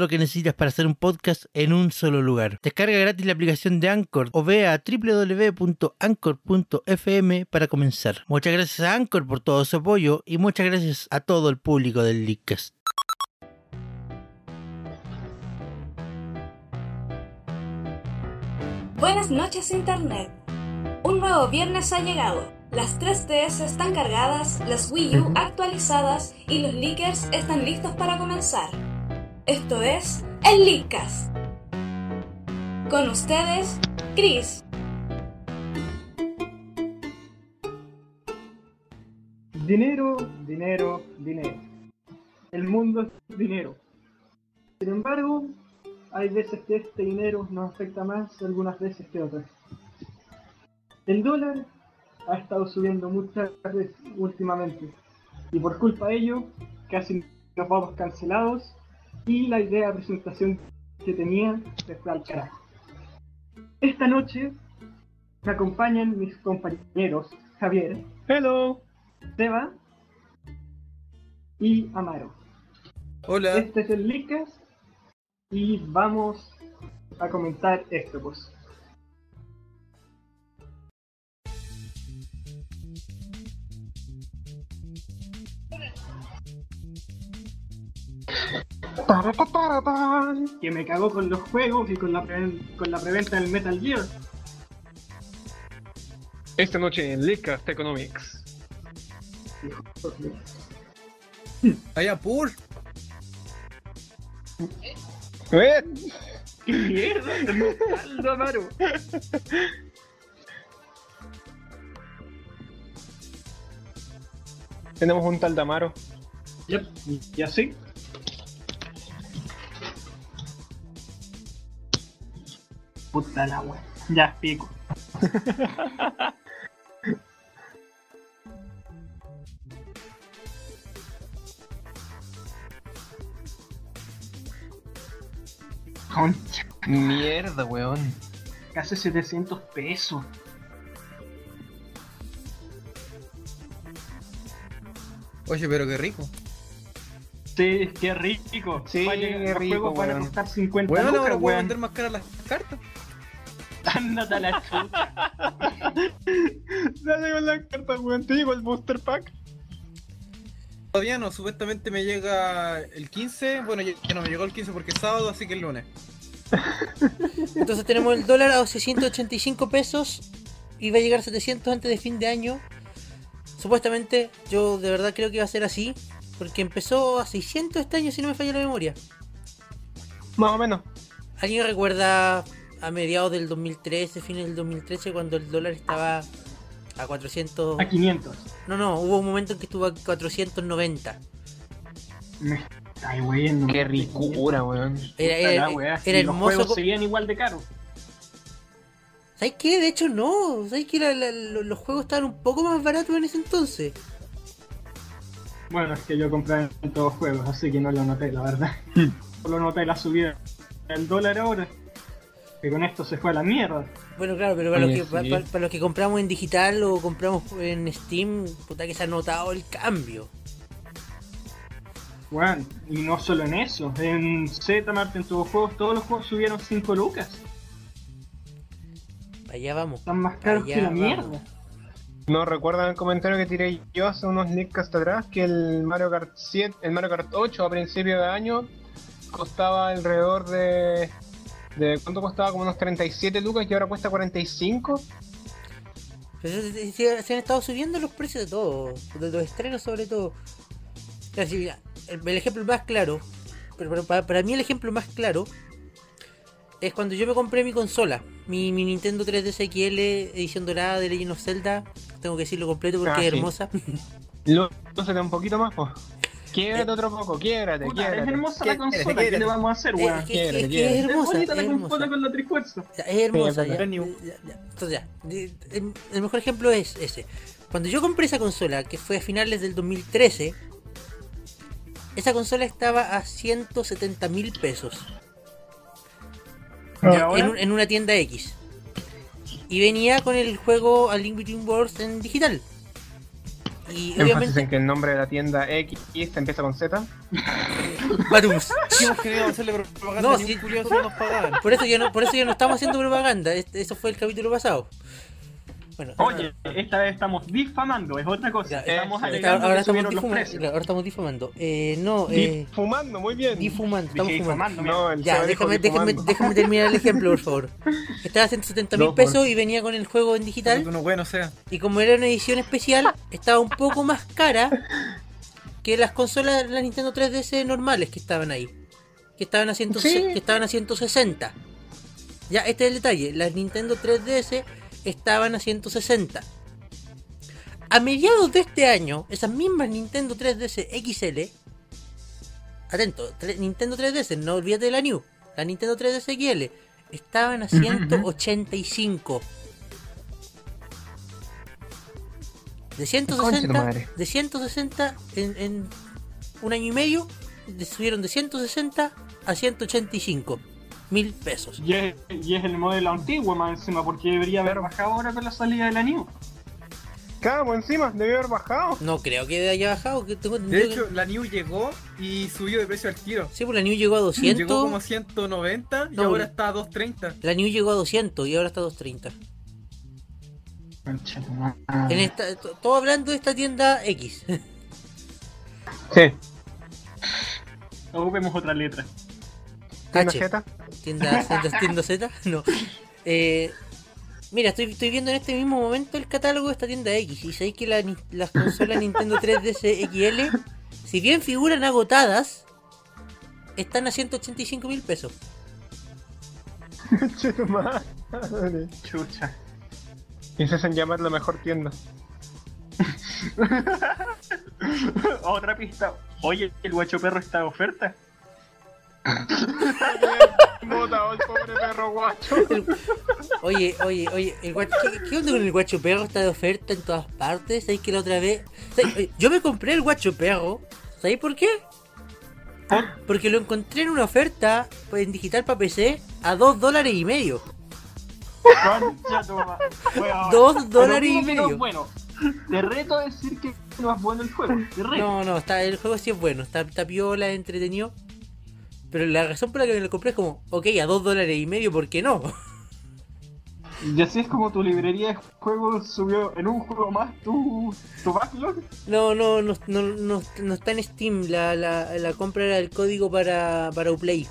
lo que necesitas para hacer un podcast en un solo lugar. Descarga gratis la aplicación de Anchor o ve a www.anchor.fm para comenzar. Muchas gracias a Anchor por todo su apoyo y muchas gracias a todo el público del Leadcast. Buenas noches Internet. Un nuevo viernes ha llegado. Las 3DS están cargadas, las Wii U actualizadas y los leakers están listos para comenzar. Esto es el Leakcast. Con ustedes, Chris. Dinero, dinero, dinero. El mundo es dinero. Sin embargo, hay veces que este dinero nos afecta más y algunas veces que otras. El dólar ha estado subiendo muchas veces últimamente y por culpa de ello casi nos vamos cancelados y la idea de presentación que tenía se fue al carajo. Esta noche me acompañan mis compañeros Javier, Hello. Seba y Amaro. Hola. Este es el Licas y vamos a comentar esto, pues. Que me cagó con los juegos y con la, preven- con la preventa del Metal Gear. Esta noche en Leadcast Economics. Porque Ayapur. ¿Eh? ¡Qué mierda! ¡Saldo Amaro! Tenemos un tal Damaro. Yep, y así. Puta la wea. Ya, pico. Concha, Mierda, weón. casi 700 pesos. Oye, pero qué rico. Sí, qué rico. Sí, Vale, qué los rico, juegos van a weón. costar 50 Weón, ahora lucas, puedo weón. vender más caras las cartas. Ándate a la chucha. Ya llegó la carta, weón. Te llegó el booster pack. Todavía no, supuestamente me llega el 15. Bueno, ya ya no me llegó el 15 porque es sábado, así que el lunes. Entonces tenemos el dólar a 685 pesos y va a llegar a 700 antes de fin de año. Supuestamente, yo de verdad creo que va a ser así, porque empezó a 600 este año si no me falla la memoria. Más o menos. ¿Alguien recuerda a mediados del 2013, fines del 2013, cuando el dólar estaba a 400? A 500. No, no, hubo un momento en que estuvo a 490. Me estáis weyendo. Qué ricura, weón. Era, Puta era- la wea, era si hermoso. Los juegos co- seguían igual de caros. ¿Sabes qué? De hecho, no. ¿Sabes qué? La- la- lo- los juegos estaban un poco más baratos en ese entonces. Bueno, es que yo compré en todos juegos, así que no lo noté, la verdad. Solo noté la subida del dólar ahora. Que con esto se fue a la mierda. Bueno, claro, pero para, Oye, los que, pa- sí. pa- para, los que compramos en digital o compramos en Steam, puta que se ha notado el cambio. Bueno, y no solo en eso. En Z Mart, en todos juegos, todos los juegos subieron 5 lucas. Allá vamos. Están más caros Allá que la vamos. mierda. Ah, No recuerdan el comentario que tiré yo hace unos Leadcast atrás que el Mario Kart 7, el Mario Kart 8 a principio de año costaba alrededor de. de ¿Cuánto costaba? Como unos 37 lucas y ahora cuesta 45. Pero se, se- se- se han estado subiendo los precios de todo, de los estrenos sobre todo. Claro, sí, mira, el, el ejemplo más claro, pero, pero para, para mí el ejemplo más claro es cuando yo me compré mi consola, mi, mi Nintendo 3DS XL, edición dorada de Legend of Zelda. Tengo que decirlo completo porque Ah, es sí. hermosa. Lú- Lúcete un poquito más, pues. Quiebrate otro poco, quiebrate, Eh, Puta, es quiebrate. hermosa Quédate, la consola, quédate. ¿qué le vamos a hacer, Es- weón? es, que- es quiere, que quiere. es Es hermosa, es bonita la hermosa. consola con la trifuerza. Ya, Es hermosa, Sí, ya, es verdad. ya, ya. Entonces, ya, de- el, el mejor ejemplo es ese. Cuando yo compré esa consola, que fue a finales del 2013, esa consola estaba a 170 mil pesos ¿Y en, ahora? un- en una tienda X. Y venía con el juego A Link Between Worlds en digital. Y Énfasis obviamente. en que el nombre de la tienda X empieza con Z. Batums. Dijimos que no íbamos a hacerle propaganda No, ni sí. un curioso nos pagaban. Por eso ya no, por eso ya no estamos haciendo propaganda. Este- eso fue el capítulo pasado. Bueno, Oye, Eh, esta vez estamos difamando, es otra cosa. Ya, estamos eso, Ahora, alegando Este, ahora que estamos subieron los difumando. precios. Ahora estamos difamando. Eh, no, eh, Difumando, muy bien. difumando, estamos Dije difamando, fumando. mira. No, el Ya, Seba dijo déjame, déjame, difumando. déjame terminar el ejemplo, por favor. Estaba a 170 mil No, por- pesos y venía con el juego en Para que digital. uno bueno sea. Y como era una edición especial, estaba un poco más cara que las consolas de la Nintendo 3DS normales que estaban ahí. Que estaban a, 100 Sí. que estaban a 160. Ya, este es el detalle. Las Nintendo 3DS estaban a 160. A mediados de este año, esas mismas Nintendo 3DS XL. Atento, tre- Nintendo 3DS, no olvídate de la New. La Nintendo 3DS XL estaban a 185. De Conche tu 160, madre. de 160 en, en un año y medio de- subieron de 160 a 185 mil pesos. Y es, y es el modelo antiguo más encima, porque debería haber bajado ahora con la salida de la New. Cago encima, debió haber bajado. No creo que haya bajado. Que tengo De entendido que- hecho, la New llegó y subió de precio al tiro. sí, pues la New llegó a 200. Llegó como a 190 y No, ahora bro. está a 230. La New llegó a 200 y ahora está a 230. Concha tu En Ah. madre. esta, to- todo hablando de esta tienda X. Sí. Ocupemos otra letra. ¿Tienda H. Z? tienda, tienda, tienda Z, no. Eh, mira, estoy, estoy viendo en este mismo momento el catálogo de esta tienda X y sabéis que la ni- las consolas Nintendo 3DS XL, si bien figuran agotadas, están a 185 mil pesos. Conche tu madre. Chucha. Piensas en llamar la mejor tienda. otra pista. Oye, el guacho perro está de oferta. Botado el pobre perro guacho. Oye, oye, oye, el guacho, ¿qué, qué onda con el guacho perro? Está de oferta en todas partes. ¿Sabéis que la otra vez? ¿sabéis? Oye, Yo me compré el guacho perro. ¿Sabéis por qué? Por- Porque lo encontré en una oferta pues, en digital para PC a 2 dólares y medio. Concha tu madre. Weón. Dos Pero dólares y dime que no es medio. Bueno, te reto a decir que no es bueno el juego. Te reto. No, no, está, el juego sí es bueno, está, está piola, entretenido. Pero la razón por la que me lo compré es como, ok, a 2 dólares y medio, ¿por qué no? Y así es como tu librería de juegos subió en un juego más tu, tu backlog. No, no, no, no, no, no está en Steam, la, la, la compra era el código para, para Uplay.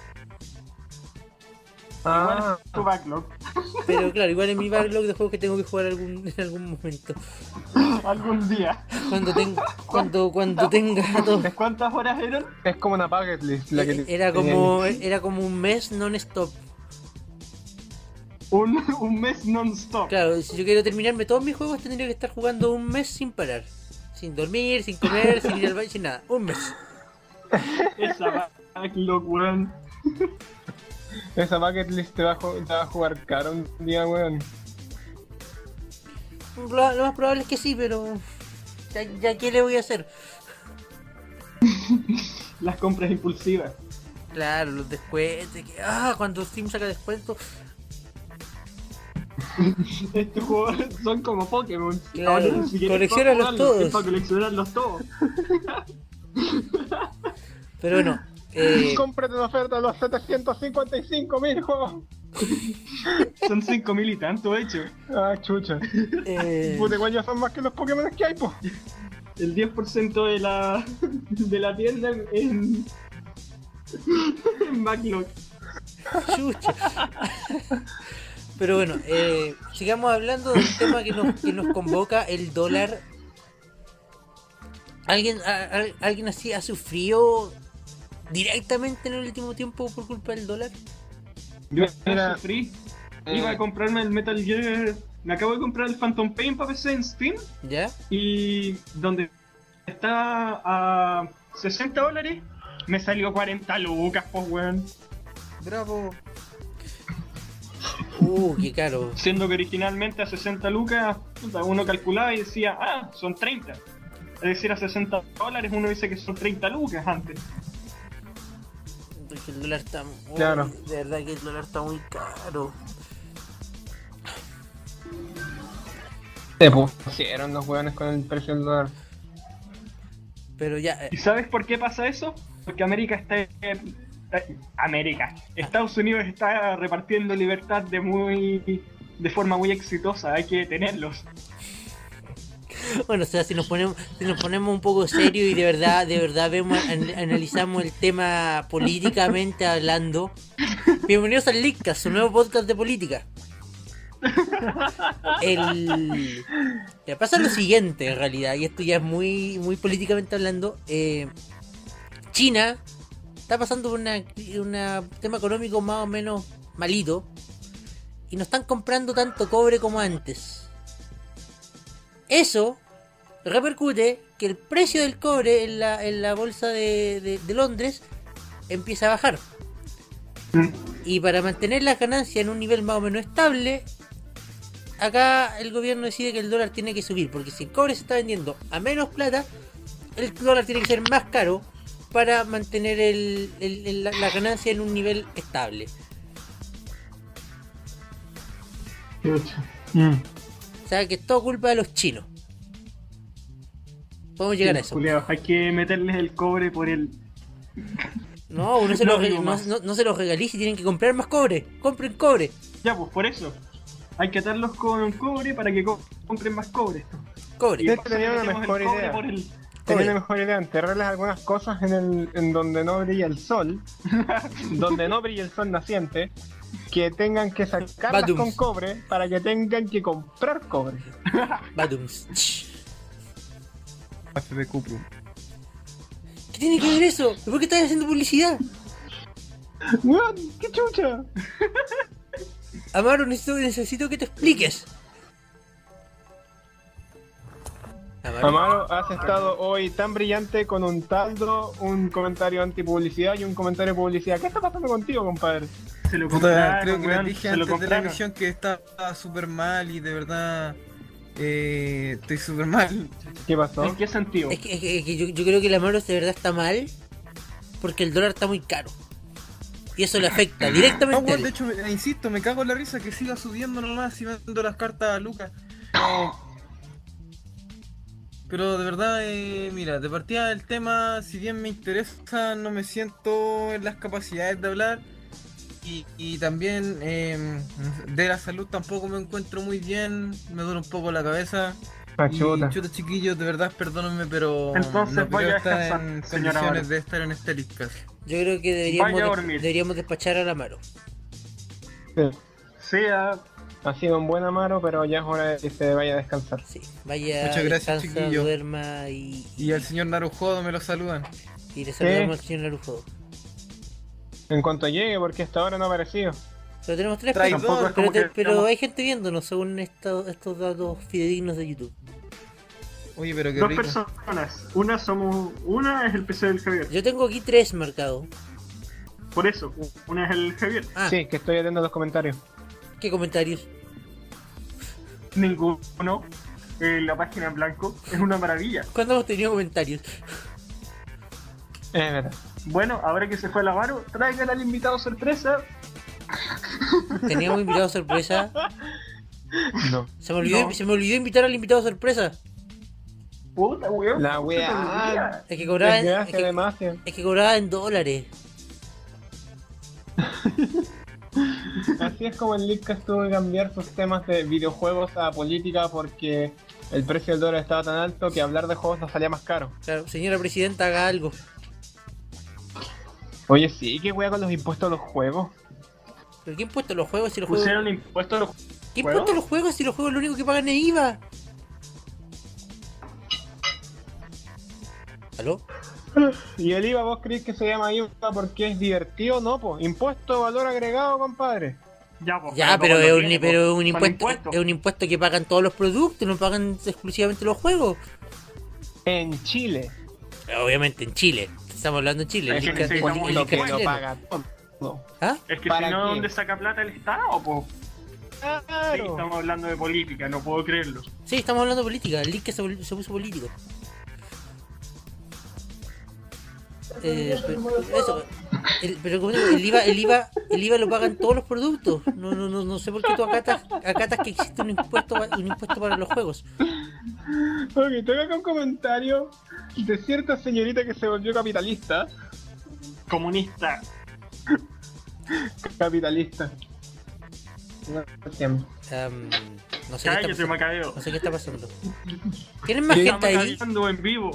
Igual Ah. es tu backlog. Pero claro, igual en mi backlog de juegos que tengo que jugar algún, en algún momento. Algún día. Cuando, ten- cuando, cuando tenga todo. ¿Cuántas horas eran? es como una bucket list la que Eh, Era como, era como un mes non-stop. Un, un mes non-stop. Claro, si yo quiero terminarme todos mis juegos, tendría que estar jugando un mes sin parar. Sin dormir, sin comer, sin ir al baño, sin nada. Un mes. Esa backlog, weón. Esa bucket list te va, a ju- te va a jugar caro un día, weón. Lo, lo más probable es que sí, pero. Ya, ya qué le voy a hacer. Las compras impulsivas. Claro, los descuentos. que- ah, cuando Steam saca descuento. Estos juegos Este son como Pokémon. Claro, Ahora ni siquiera es para colecciónalos jugarlos, todos. es para coleccionarlos todos. Pero bueno. eh, Cómprate una oferta de los 755 mil juegos. Son 5000 y tanto, de hecho. Ah, chucha. eh, Puta, igual ya son más que los Pokémon que hay, po. El 10% de la, de la tienda en, en backlog. chucha. Pero bueno, eh, sigamos hablando del tema que nos, que nos convoca, el dólar. ¿Alguien, a- a- ¿Alguien así ha sufrido directamente en el último tiempo por culpa del dólar? Yo Era... era- Sufrí. Eh. Iba a comprarme el Metal Gear. Me acabo de comprar el Phantom Pain para PC en Steam. ¿Ya? Y donde está a 60 dólares, me salió 40 lucas, pues, weón. Bravo. Uh, qué caro. Siendo que originalmente a 60 lucas, puta, uno calculaba y decía, ah, son 30. Es decir, a 60 dólares uno dice que son 30 lucas antes. Porque el dólar está. muy- Claro. De verdad que el dólar está muy caro. Se pusieron los hueones con el precio del dólar. Pero ya. eh, ¿Y sabes por qué pasa eso? Porque América está... está- América. Estados Unidos está repartiendo libertad de muy... De forma muy exitosa, hay que detenerlos. Bueno, o sea, si nos ponemos, si nos ponemos un poco serio y de verdad, de verdad vemos, an- analizamos el tema políticamente hablando. Bienvenidos al Leakcast, su nuevo podcast de política. El... ya pasa lo siguiente, en realidad, y esto ya es muy, muy políticamente hablando. eh, China está pasando por una- una- un tema económico más o menos malito y no están comprando tanto cobre como antes. Eso repercute que el precio del cobre en la, en la bolsa de, de- de Londres empieza a bajar. Y para mantener las ganancias en un nivel más o menos estable, acá el gobierno decide que el dólar tiene que subir, porque si el cobre se está vendiendo a menos plata, el dólar tiene que ser más caro para mantener el- el- el- la, la ganancia en un nivel estable. Mm. O sea que es todo culpa de los chinos. Podemos llegar a eso. Culeados, hay que meterles el cobre por el... No, uno se No los digo re- no, más. no- no se los regalís y tienen que comprar más cobre. Compren cobre. Ya, pues por eso. Hay que atarlos con cobre para que co- compren más cobre. Cobre. Y Yo de paso tenía una metemos el mejor cobre idea. por el... Tenía Cobre. la mejor idea, enterrarles algunas cosas en, el, en donde no brilla el sol, donde no brilla el sol naciente, que tengan que sacarlas Badums. con cobre para que tengan que comprar cobre. Badums. Ch. Base de cuprum. ¿Qué tiene que ver eso? ¿Y ¿Por qué estás haciendo publicidad? ¡Weón! ¡Qué chucha! Amaro, necesito, necesito que te expliques. Amaro. Amaro, has estado hoy tan brillante con un taldo, un comentario antipublicidad y un comentario de publicidad. ¿Qué está pasando contigo, compadre? Se lo Puta, compraron, creo que les weón, dije se lo antes de la compraron. emisión que estaba súper mal y de verdad eh, estoy súper mal. ¿Qué pasó? ¿En qué sentido? Es que, es que- es que yo, yo creo que el Amaro de verdad está mal porque el dólar está muy caro. Y eso le Ah, afecta No, directamente. a weón, de él. hecho, me- eh, insisto, me cago en la risa que siga subiendo nomás y mando las cartas a Lucas. Pero de verdad, eh, mira, de partida del tema, si bien me interesa, no me siento en las capacidades de hablar. Y, y también eh, de la salud tampoco me encuentro muy bien, me duele un poco la cabeza. Ah, Y, chuta. chuta, chiquillos, de verdad, perdónenme, pero Entonces no vaya creo a estar descansar, en señora Vara. condiciones de estar en este Leadcast. Yo creo Vaya que a deberíamos, dormir. deberíamos despachar al Amaro. Sí. Sea Ha sido un buen Amaro, pero ya es hora de que se vaya a descansar. Sí, vaya, Muchas gracias, descansa, chiquillo. duerma y, Y al señor Narujodo me lo saludan. y le saludamos al señor Narujodo. En cuanto llegue, porque hasta ahora no ha aparecido. Pero tenemos tres Traidor, pero- es pero, como te- que pero digamos- hay gente viéndonos según estos, estos datos fidedignos de YouTube. Oye, pero qué dos rico. personas. Una somos. Una es el PC del Javier. Yo tengo aquí tres marcados. Por eso. Una es el Javier. Ah, Sí, que estoy atento a los comentarios. qué comentarios. Ninguno. Eh, la página en blanco. Es una maravilla. ¿Cuándo hemos tenido comentarios? Es verdad. Bueno, ahora que se fue a la mano, traigan al invitado sorpresa. Teníamos invitado sorpresa. No. Se me olvidó, No. se me olvidó invitar al invitado sorpresa. Puta, weón. La se te weá. olvida. Es que cobraba en, es Desgracia que, de Macia. es que cobraba en dólares. Así es como el Leadcast tuvo que cambiar sus temas de videojuegos a política porque el precio del dólar estaba tan alto que hablar de juegos nos salía más caro. Claro, señora presidenta, haga algo. Oye, sí, qué weá con los impuestos a los juegos. ¿Pero quién puesto los juegos si los juegos... Pusieron impuestos a los ¿Quién juegos? puesto los juegos si los juegos lo único que pagan es IVA? ¿Aló? Y el IVA, ¿vos creéis que se llama IVA porque es divertido? No, pues. Impuesto de valor agregado, compadre. Ya, pues, Ya, pero no es, un, conviene, pero es un son impuesto, impuestos. es un impuesto que pagan todos los productos, no pagan exclusivamente los juegos. En Chile. Obviamente en Chile, estamos hablando en Chile. Es que el Inca- el necesitamos Inca lo que es no chileno. todo. ¿Ah? Es que si ¿Para no, qué? ¿dónde saca plata el Estado? Po? Sí, Claro. estamos hablando de política, no puedo creerlo. Sí, estamos hablando de política, el link que se, vol- se puso político. Eh, pero, eso, el, pero como digo, el IVA, el IVA, el IVA lo pagan todos los productos. No, no, no, no sé por qué tú acatas, acatas que existe un impuesto, un impuesto para los juegos. Ok, tengo acá un comentario de cierta señorita que se volvió capitalista. Comunista. Capitalista. Am, no, sé qué Cállate, está pasando. Macabeo. no sé qué está pasando. ¿Tienen más gente Estamos ahí? hablando en vivo.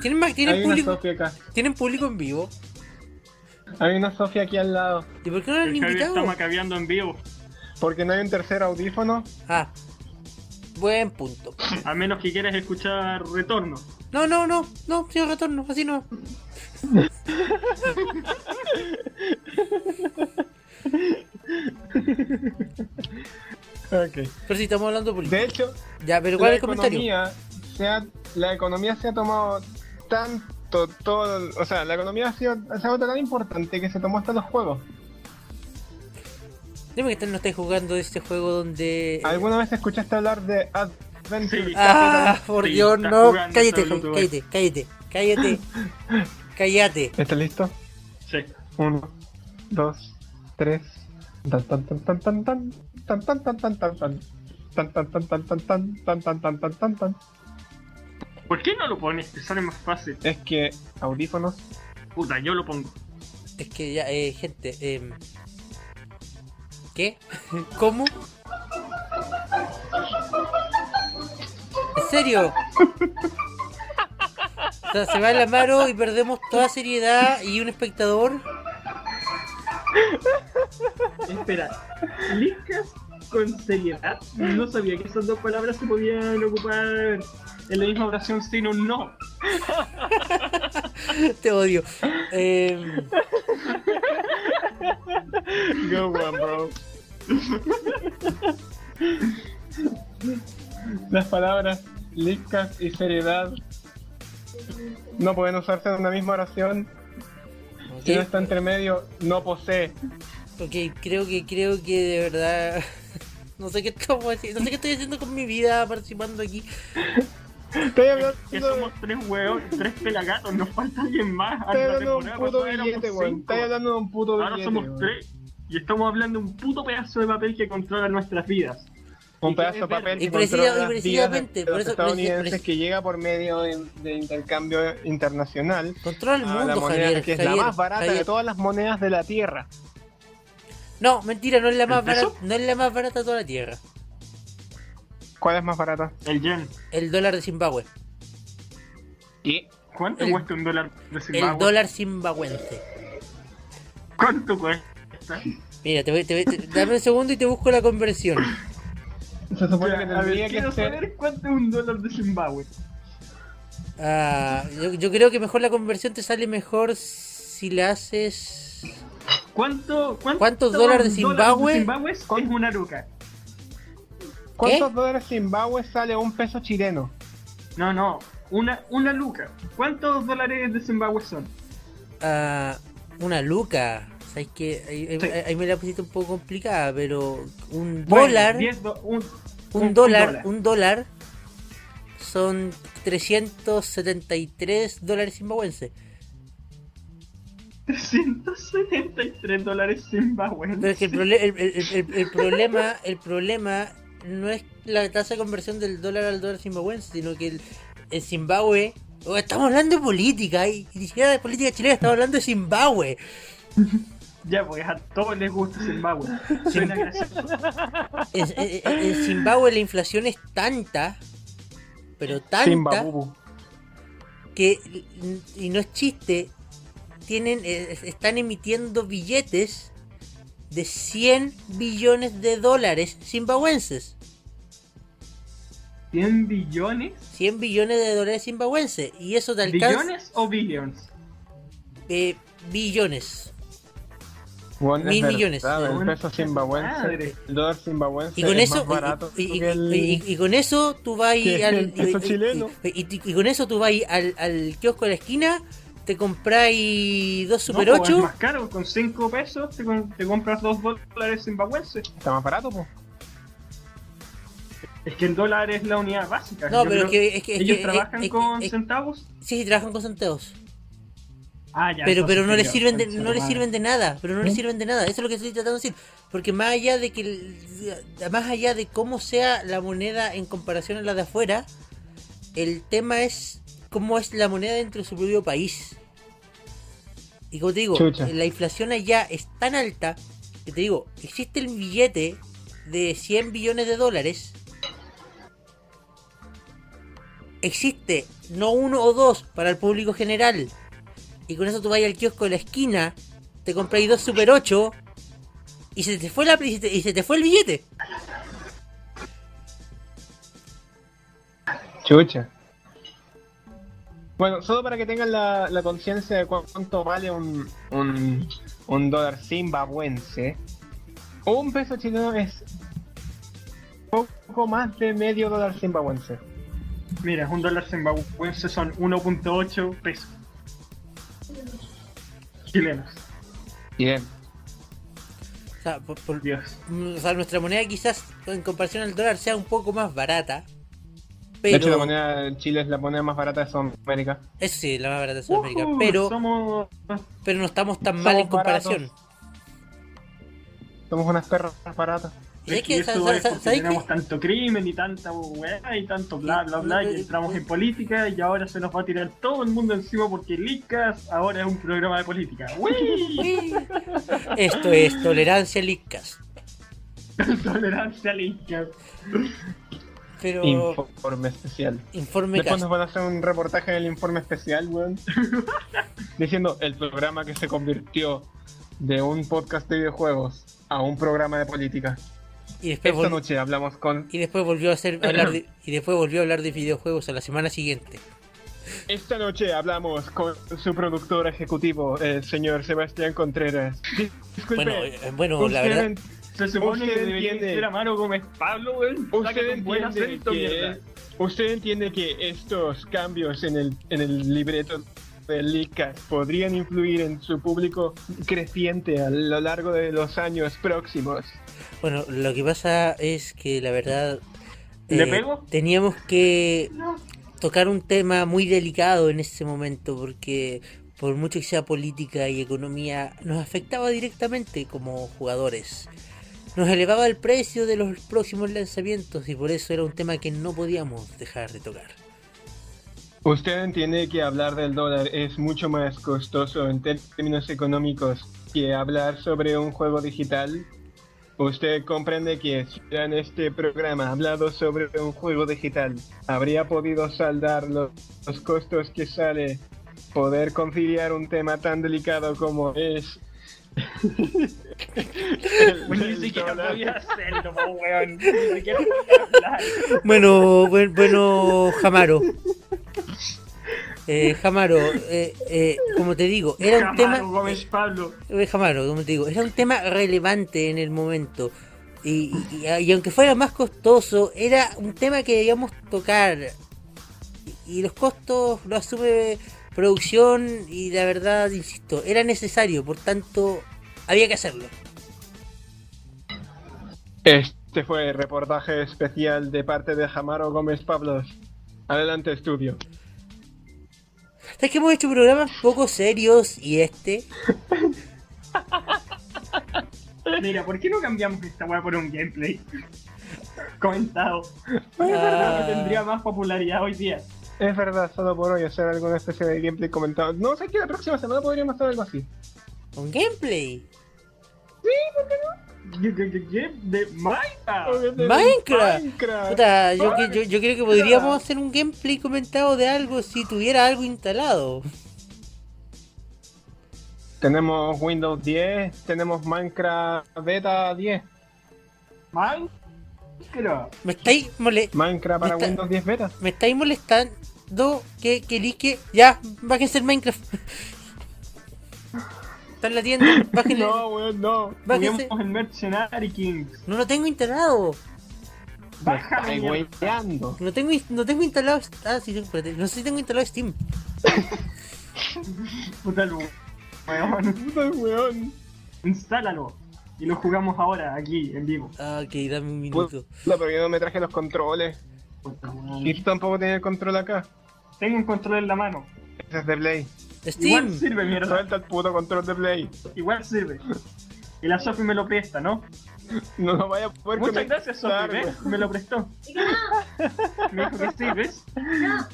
¿Tienen, más, tienen, Hay una público, Sofía acá. ¿Tienen público en vivo? Hay una Sofía aquí al lado. ¿Y por qué no lo han El Javier está invitado? macabeando en vivo. Porque no hay un tercer audífono. Ah, buen punto. A menos que quieras escuchar retorno. No, no, no, no, señor retorno, así no. Ok. Pero si estamos hablando de política. De hecho, Ya, pero ¿cuál la es el comentario? economía se ha, la economía se ha tomado tanto todo, o sea, la economía ha sido, se ha vuelto tan importante que se tomó hasta los juegos. Dime que tal no estáis jugando este juego donde. ¿Alguna vez escuchaste hablar de Adventure Sí. Ah, por Sí, Dios, estás no. jugando Cállate, solo tú, cállate, cállate, cállate. Cállate. ¿Estás listo? Sí. Uno, dos, tres. Tan tan tan tan tan tan tan tan tan tan tan tan tan tan tan tan tan tan tan tan tan tan tan ¿Por qué no lo pones? Te sale más fácil. es que audífonos Puta, yo lo pongo. Es que ya, eh, gente, eh. ¿Qué? ¿Cómo? ¿En serio? O sea, se va la mano y perdemos toda seriedad y un espectador. Espera, ¿listas con seriedad? No sabía que esas dos palabras se podían ocupar en la misma oración sin un no. Te odio. Eh, Good one, bro. Las palabras licas y seriedad no pueden usarse en una misma oración. Si no está entre medio, no posee. Ok, creo que, creo que de verdad. No sé qué estamos haciendo, no sé qué estoy haciendo con mi vida participando aquí. Estoy hablando Que de, somos tres huevos, tres pelagatos, nos falta alguien más. A estoy la hablando temporada pasada éramos de un puto billete, weón. cinco. Estoy hablando de un puto Ahora billete. somos weón. tres y estamos hablando de un puto pedazo de papel que controla nuestras vidas. Un pedazo de papel Y que precisa- controla y las precisamente, vidas de por los eso- estadounidenses preci- que llega por medio de- de intercambio internacional Controla el a Ah, la mundo, moneda Javier. que es Javier, la más barata Javier. de todas las monedas de la Tierra. No, mentira, no es la más ¿El peso? barata, no es la más barata de toda la tierra. ¿Cuál es más barata? El yen. El dólar de Zimbabue. ¿Qué? ¿Cuánto El- cuesta un dólar de El Zimbabue? dólar zimbabuense. ¿Cuánto cuesta? Mira, te, voy- te voy- te- dame un segundo y te busco la conversión. Se supone Ya, que a ver, tendría quiero que ser. saber cuánto es un dólar de Zimbabue. Ah, yo, yo creo que mejor la conversión te sale mejor si la haces. ¿Cuánto, cuánto ¿Cuántos dólares de un Zimbabue? dólar de Zimbabue es es una luca. ¿Cuántos dólares Zimbabue sale un peso chileno? No, no, una, una luca. ¿Cuántos dólares de Zimbabue son? Ah, una luca. Sabes que ahí, ahí- Sí. ahí me la pusiste un poco complicada, pero un Bueno, dólar, 10 do- un, un dólar, un dólar son 373 dólares zimbabuenses. 373 dólares Zimbabue. Pero es que el, prole- el- el- el- el problema, el problema no es la tasa de conversión del dólar al dólar zimbabuense, sino que el, el Zimbabue. oh, estamos hablando de política, y y ni siquiera de política chilena, estamos hablando de Zimbabue. Ya, pues a todos les gusta Zimbabue. Suena gracioso. En, en- en Zimbabue la inflación es tanta, pero tanta. Zimbabubu. que, y no es chiste, tienen, eh, están emitiendo billetes de 100 billones de dólares zimbabuenses. ¿100 billones? 100 billones de dólares zimbabuenses. Y eso te alcanza. ¿Billones o billions? Eh, billones. Bueno, es Mil verdad, millones. El peso Concha madre. zimbabuense, el dólar zimbabuense. Y con es eso, más barato y, y- que el- y- y- y con eso tú vas que el al, peso y- y- chileno. y, y- y con eso tú vas al, al kiosco de la esquina, te compráis dos No, Super pues, 8. Es más caro, con 5 pesos te, com- te compras 2 dólares zimbabuenses. Está más barato, po. Es que el dólar es la unidad básica. no, Yo pero creo- que, es que, es que- ¿Ellos es- trabajan es- con es- centavos? sí, sí, trabajan con centavos. Ah, ya. Pero, entonces pero no les sería sirven de, concha no les madre. sirven de nada, pero no les ¿Mm? sirven de nada. Eso es lo que estoy tratando de decir. Porque más allá de que el- más allá de cómo sea la moneda en comparación a la de afuera, el tema es cómo es la moneda dentro de su propio país. Y como te digo, Chucha. la inflación allá es tan alta que te digo, existe el billete de 100 billones de dólares. Existe no uno o dos para el público general. Y con eso tú vas al kiosco de la esquina, te compráis dos Super 8 y se te fue la y se te, y se te fue el billete. Chucha. Bueno, solo para que tengan la, la conciencia de cu- cuánto vale un, un, un dólar zimbabuense, un peso chileno es poco más de medio dólar zimbabuense. Mira, un dólar zimbabuense son 1.8 pesos. Chilenos, Bien. O sea, por- por- Dios. mm, o sea, nuestra moneda quizás en comparación al dólar sea un poco más barata. De hecho, la Pero moneda de Chile es la moneda más barata de Sudamérica. eso sí, la más barata de Sudamérica, Ujú, pero Uh, Somos, pero no estamos tan somos mal en comparación. Somos unas perras baratas. ¿Y sabes es qué? que eso ¿Sabes- es sabes- porque sabes qué? tenemos tanto crimen y tanta weá y tanto bla bla bla y entramos en política y ahora se nos va a tirar todo el mundo encima porque Licas ahora es un programa de política. ¡Uy! Esto es tolerancia licas. Tolerancia a Licas. Pero Informe especial. informe Después cast. nos van a hacer un reportaje en el informe especial, weón. Diciendo el programa que se convirtió de un podcast de videojuegos a un programa de política. y después Esta vol- noche hablamos con. y después volvió a hacer hablar de, y después volvió a hablar de videojuegos a la semana siguiente. Esta noche hablamos con su productor ejecutivo, el señor Sebastián Contreras. Disculpe, Bueno, eh, bueno, la usted, verdad ent- Se supone Usted que debería entiende. ser Amaro Gómez Pablo, weón. Saca usted un buen entiende acento, mierda. que, usted entiende que estos cambios en el, en el libreto de Licas podrían influir en su público creciente a lo largo de los años próximos. Bueno, lo que pasa es que la verdad eh, ¿Le pego? teníamos que tocar un tema muy delicado en ese momento porque por mucho que sea política y economía nos afectaba directamente como jugadores. Nos elevaba el precio de los próximos lanzamientos y por eso era un tema que no podíamos dejar de tocar. Usted entiende que hablar del dólar es mucho más costoso en términos económicos que hablar sobre un juego digital. Usted comprende que si en este programa hablado sobre un juego digital habría podido saldar lo- los costos que sale poder conciliar un tema tan delicado como es. el- Pues ni el siquiera dólar. podía hacerlo, po, weón. Ni siquiera podía hablar. Bueno, buen- bueno, Jamaro. Eh, Jamaro, eh, eh, como te digo, era un Amaro tema... Gómez Pablo. Eh, Jamaro, como te digo, era un tema relevante en el momento. Y, y- y aunque fuera más costoso, era un tema que debíamos tocar. Y, y los costos lo asume producción y la verdad, insisto, era necesario, por tanto, había que hacerlo. Este fue el reportaje especial de parte de Jamaro Gómez Pablos. Adelante, estudio. ¿Sabes que hemos hecho programas poco serios y este? Mira, ¿por qué no cambiamos esta weá por un gameplay? Comentado. Ah. Que tendría más popularidad hoy día. Es verdad, solo por hoy hacer alguna especie de gameplay comentado. No sé que la próxima semana podríamos hacer algo así. Con gameplay. G- g- g- g- De Oh, Minecraft. Minecraft. Minecraft. Puta, yo, que- yo, yo creo que podríamos hacer un gameplay comentado de algo si tuviera algo instalado. Tenemos Windows 10, tenemos Minecraft Beta 10. Minecraft ¿Qué lo? Me estáis mole- Minecraft para Está- Windows 10 beta. me estáis molestando que, que lique. Ya, bájense el Minecraft. Está en la tienda, bájenlo. No, weón, no. bájense. Juguemos el Mercenary Kings. No lo tengo instalado. Me Bájalo, estáis mierda. hueveando. No tengo, in- no tengo instalado. Ah, sí, espérate. No sé si tengo instalado Steam. Puta lo- weón. Puta weón. Instálalo. Y lo jugamos ahora, aquí, en vivo. Ah, ok, dame un Puta, minuto. pero yo no me traje los controles. Puta, weón. Y tú tampoco tenía el control acá. Tengo un control en la mano. Ese es de Play. Igual Steam. sirve, mierda. Suelta el puto control de Play. Igual sirve. Y la Sophie me lo presta, ¿no? No lo vaya a poder Muchas conectar, gracias, Sophie. ¿ves? weón. Me lo prestó. Y que no, Me dijo que sí, ¿ves? no,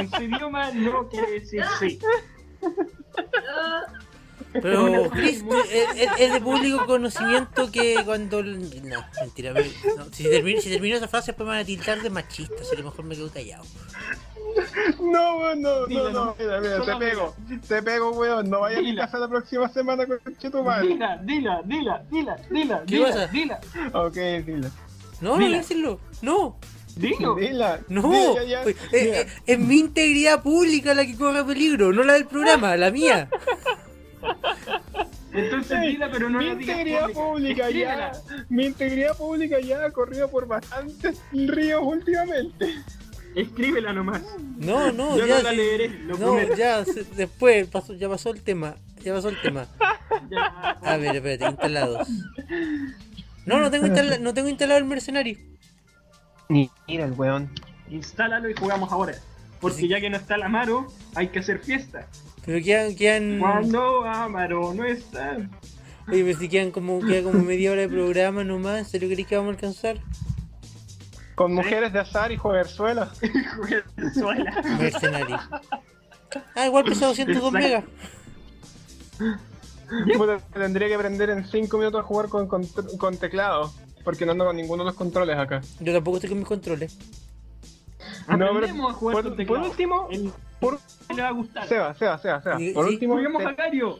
En su idioma no quiere decir sí. no. Pero, Chris, es, es- es de público conocimiento que cuando. el- No, mentira. me- no, si, termino, si termino esa frase, después me van a tildar de machista. Así que mejor me quedo callado. No, weón, no, no, Dilo, no. no. Mira, mira, te Solo pego. Te pego, weón. No vayas a mi Dilo. casa la próxima semana con tu madre. Dila, dila, dila, dila, dila, ¿Qué dila, pasa? dila. Ok, dila. No, no voy a Dila. hacerlo. No, Dilo. Pues, Dila. no. Dila, ya. Oye, eh, eh, es mi integridad pública la que corre peligro, no la del programa, la mía. Entonces Ey, dila, pero no mi la digas integridad pública ya, Escríbela. mi integridad pública ya ha corrido por bastantes ríos últimamente. Escríbela nomás. No, no, Yo ya. no la sí. leeré, lo no, prometo. ya, se- después pasó, ya pasó el tema. Ya pasó el tema. Ya. A ver, espérate, instalados. No, no tengo, instala- no tengo instalado el mercenario. Mira el weón. Instálalo y jugamos ahora. Porque Sí. ya que no está el Amaro, hay que hacer fiesta. Pero quedan. quedan... Cuando Amaro no está. Oye, pero si quedan como, queda como media hora de programa nomás, ¿se lo crees que vamos a alcanzar? Con mujeres de azar y joverzuela. Venezuela. Mercenario. Ah, igual pesa 202 megas. Puta, Tendría que aprender en 5 minutos a jugar con, con, con teclado. Porque no ando con ninguno de los controles acá. Yo tampoco estoy con mis controles. Aprendemos a jugar por, con por teclado. último, El- por, le va a gustar. Seba, Seba, Seba, Seba. Sí, Por sí. último, Juguemos te- a Gario.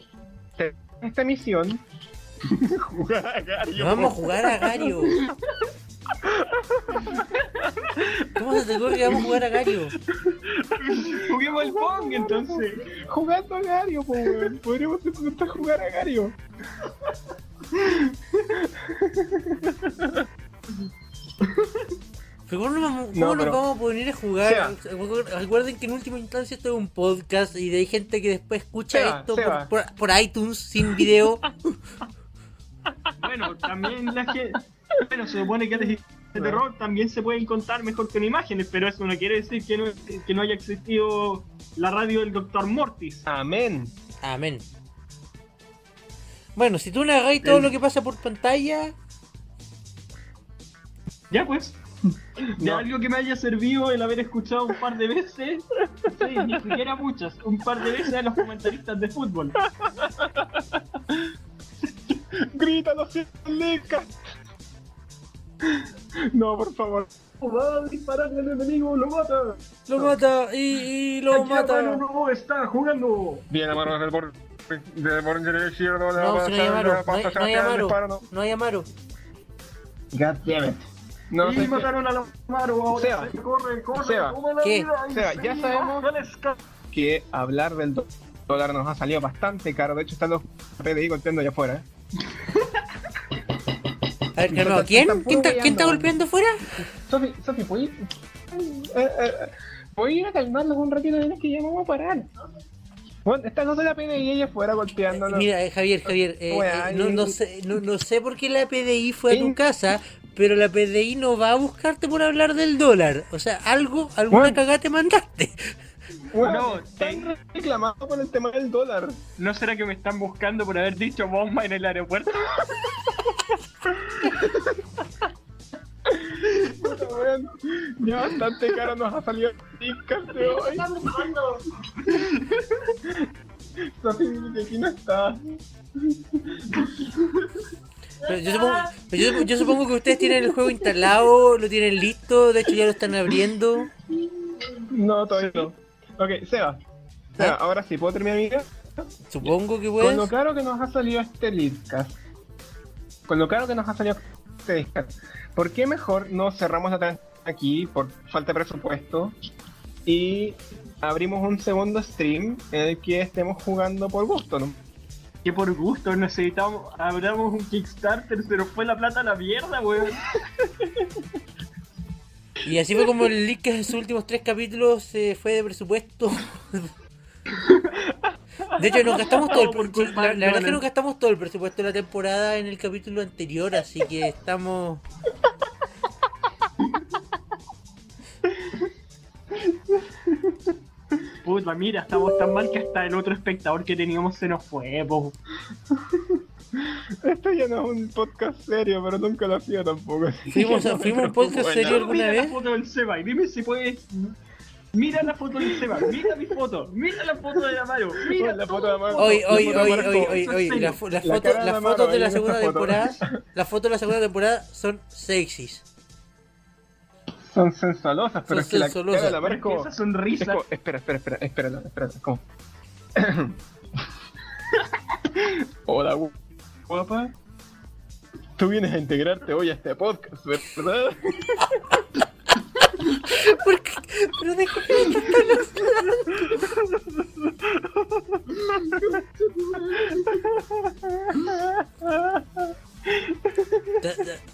te- esta misión. Jugar a Gario. Vamos a jugar a Gario. ¿Cómo se te ocurre que vamos a jugar a Gario? Juguemos al Pong entonces. Jugando a Gario, po, weón. Podríamos intentar jugar a Gario. Pero ¿Cómo, nos vamos, No, cómo nos pero- vamos a poner a jugar? Recuerden que en última instancia esto es un podcast y hay gente que después escucha Seba, esto Seba. por, por- por iTunes sin video. Bueno, también la gente. Bueno, se supone que antes de terror también se pueden contar mejor con imágenes, pero eso no quiere decir que no, que no haya existido la radio del Dr. Mortis. Amén. Amén. Bueno, si tú narras todo lo que pasa por pantalla, Ya pues. De No. algo que me haya servido el haber escuchado un par de veces, sí, ni siquiera muchas, un par de veces a los comentaristas de fútbol. Grita los licas. No, por favor. Va a dispararle al enemigo, lo mata. Lo mata y, y lo Aquí mata. Amaro No, no está jugando. Bien, Amaro, del borde del borde izquierdo. le va a si no hay pasar, le va Amaro. a No hay, pasar, no hay le va a Amaro. disparar, no. No hay Amaro. God damn it. No, y sé qué. mataron a Amaro ahora. Seba. se Corre, corre, Seba. toma la ¿Qué? vida y Seba, ya sí, sabemos- baja la escala. que hablar del do- dólar nos ha salido bastante caro. De hecho, están los PDI golpeando allá afuera. ¿eh? A ver, calmado, Están- ¿Quién? están puro ¿Quién, está- quién está guiando. golpeando fuera? Sofi, Sofi, ¿puedes ir? Eh, eh, ¿puedes ir a calmarlos un ratito? Dile que ya vamos a parar. Bueno, están los de la PDI allá afuera golpeándonos. Mira, eh, Javier, Javier, eh, Bueno, eh, no, no sé, no, no sé por qué la PDI fue a tu En- casa, pero la PDI no va a buscarte por hablar del dólar. O sea, algo, alguna Bueno. cagada te mandaste. Bueno, No, están reclamando por el tema del dólar. ¿No será que me están buscando por haber dicho bomba en el aeropuerto? Puta, weón. ya bastante caro nos ha salido el podcast de hoy. Sofi, dile que aquí no está. Pero yo, supongo, pero yo- yo supongo que ustedes tienen el juego instalado, lo tienen listo, de hecho ya lo están abriendo. No, todavía no. Ok, Seba. Seba, ¿Ah? ahora sí, ¿puedo terminar mi idea? Supongo que Con puedes. lo caro que nos ha salido este Leadcast. Con lo caro que nos ha salido te dijeron, ¿por qué mejor no cerramos la transmisión aquí por falta de presupuesto y abrimos un segundo stream en el que estemos jugando por gusto, ¿no? Que por gusto necesitamos, abramos un Kickstarter, pero fue la plata a la mierda, weón. Y así fue como el leak en sus últimos tres capítulos se fue de presupuesto. De hecho, nos gastamos todo el Por presupuesto. culpa La, de la verdad es que Nolan. nos gastamos todo el presupuesto de la temporada en el capítulo anterior, así que estamos. Puta, mira, estamos tan mal que hasta el otro espectador que teníamos se nos fue, po. Esto ya no es un podcast serio, pero nunca lo hacía tampoco. así Fuimos, que no me fuimos un preocupo podcast de serio nada. alguna mira vez. la foto del Seba y dime si puedes. Mira la foto del Seba, mira mi foto, mira la foto de Amaro, mira La todo. foto de Amaro. Hoy, La hoy, foto hoy, Marco, hoy, hoy, eso es hoy, serio. las fo- las La fotos- cara de las Amaro fotos de ahí la en esa segunda foto. temporada, las fotos de la segunda temporada son sexys. Son sensualosas, pero Son es que la sensualosas. cara de la Mara es Porque como... esa es sonrisa. como- Espera, espera, espera, espera, espera, es como... Hola, gu- guapa. Tú vienes a integrarte hoy a este podcast, ¿verdad? ¿Por qué? Pero de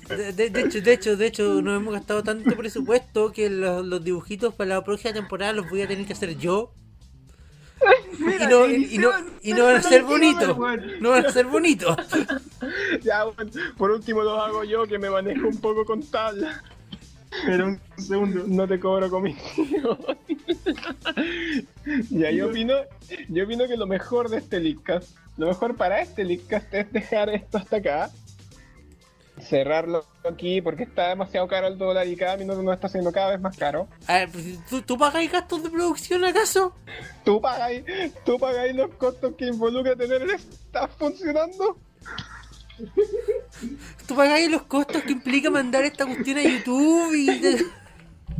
qué de, de- de hecho, de hecho, de hecho, nos hemos gastado tanto presupuesto que los, los dibujitos para la próxima temporada los voy a tener que hacer yo. Y no, y no, y no van a ser bonitos. No van a ser bonitos. ya, bueno, por último los hago yo, que me manejo un poco con tabla. Pero un segundo. No te cobro comisión. ya, yo opino, yo opino que lo mejor de este Leadcast, lo mejor para este Leadcast es dejar esto hasta acá. Cerrarlo aquí porque está demasiado caro el dólar y cada minuto nos está haciendo cada vez más caro. A ver, pues, ¿tú, tú pagas gastos de producción acaso? Tú pagáis, tú pagáis los costos que involucra tener el staff funcionando. ¿Tú pagáis los costos que implica mandar esta cuestión a YouTube? Y de-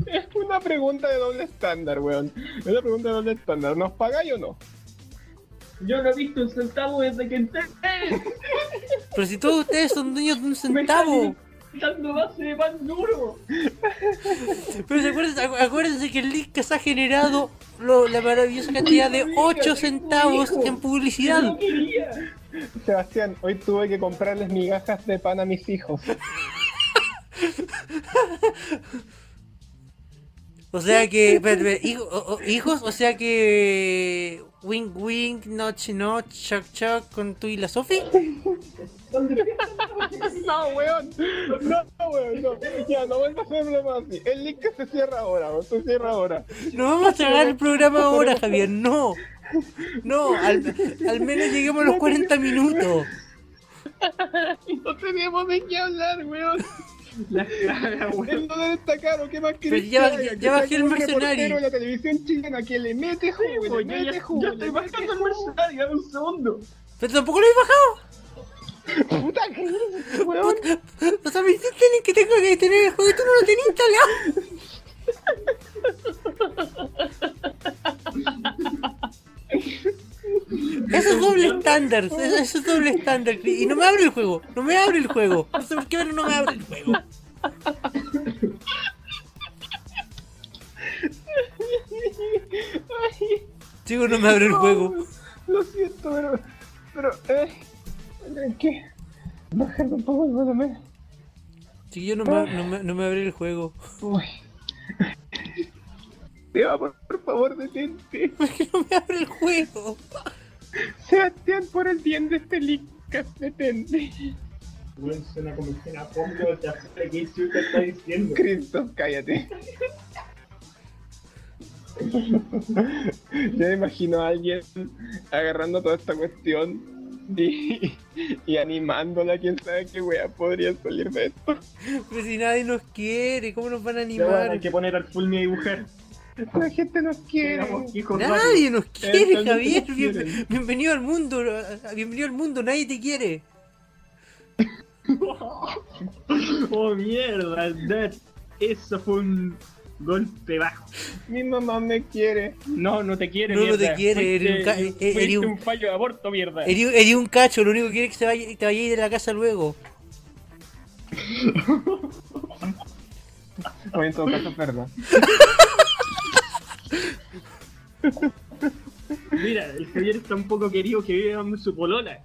Es una pregunta de doble estándar, weón. Es una pregunta de doble estándar. ¿Nos pagáis o no? Yo no he visto un centavo desde que entré. Pero si todos ustedes son dueños de un Me están centavo. dando base de pan duro. Pero se acuérdense, acu- acuérdense que el Lickcast ha generado lo- la maravillosa cantidad de 8 centavos en publicidad. No quería. Sebastián, hoy tuve que comprarles migajas de pan a mis hijos. O sea que. espérate, espérate, hijo- o- o- hijos, o sea que. Wing Wing, Notch Notch, Chuck Chuck con tú y la Sofi. No, weón. No, weón, no. Ya, no vuelvas a hacer bromas así. El link que se cierra ahora, weón. Se cierra ahora. No vamos a cerrar el programa ahora, Javier, no. No, al, al menos lleguemos a los 40 minutos. Y no teníamos de qué hablar, weón. La cara, El weón. dólar está caro. ¿Qué más querés Pues Pero ya- que haga? ya Que bajé saque el un mercenario. reportero de la televisión chilena que le mete jugo, Yo le ya, mete jugo. ya le estoy mete bajando el jugo. mercenario, dame un segundo. Pero tampoco lo he bajado. Puta que- weón. O sea, me insisten en que tengo que tener el juego y tú no lo tenías instalado. Eso es doble estándar, eso, eso es doble estándar. Y no me abre el juego, no me abre el juego. No sé por qué ahora no me abre el juego. Chico, no me abre el juego. Lo siento, pero. Pero, eh. ¿Tendré que bajar un poco el volumen? Chiquillo, no me, no, me, no me abre el juego. Uy. Seba, por, por favor, detente. ¿Por qué no me abre el juego? Sebastián, por el bien de este Lickcast, detente. Weón, suena como escena fondo de hacer que chuta está diciendo. Cristo, cállate. Yo me imagino a alguien agarrando toda esta cuestión y, y animándola, quién sabe qué wea podría salir de esto. Pero si nadie nos quiere, ¿cómo nos van a Ya, bueno, hay animar? que poner al Fulmi a dibujar. La gente nos quiere. Tenemos hijos rápido. Nadie nos quiere, Entonces, Javier. ¿nos Bien- quieren? bienvenido al mundo, eh, bienvenido al mundo, nadie te quiere. Oh mierda, Dad. Eso fue un golpe bajo. Mi mamá me quiere. No, no te quiere, No, no mierda. te quiere, Fuiste- eres un ca- eh, eh, fuiste eres un- un fallo de aborto, mierda. Herí un cacho, lo único que quiere es que se vaya, te vayas de la casa luego. Oye, en todo caso, es verdad. Mira, el Javier está un poco querido que vive donde su polola.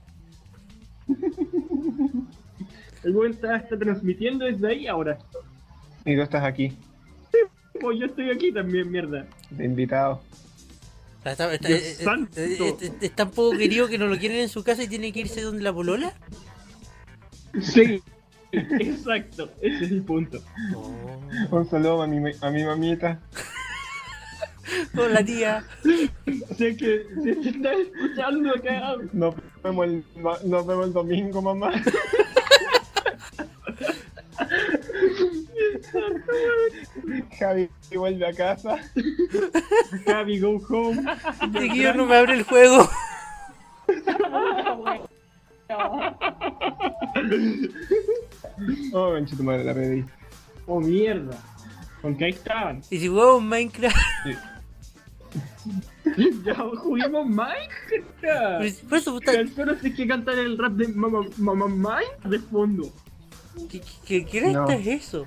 El weón está, está transmitiendo desde ahí ahora. Y tú estás aquí, Pues yo estoy aquí también, mierda. de invitado. Está, está- Dios eh, eh, santo. eh, eh, eh, es tan poco querido que no lo quieren en su casa y tiene que irse donde la polola. Sí. Exacto, ese es el punto. Un saludo a mi, a mi mamita. Con la tía. Si es que, si es que estás escuchando acá, Nos vemos el, nos vemos el domingo, mamá. Javi vuelve a casa. Javi, go home. De que yo no me abre el juego. Oh, manchito madre, la pedí. Oh, mierda. Porque ahí estaban. Y si jugamos Minecraft. Ah. Ya juguemos Minecraft. Por eso, puta, Tan solo si es que cantar el rap de Mamá Mamá Mike de fondo. ¿qué, qué, qué cresta No. es eso?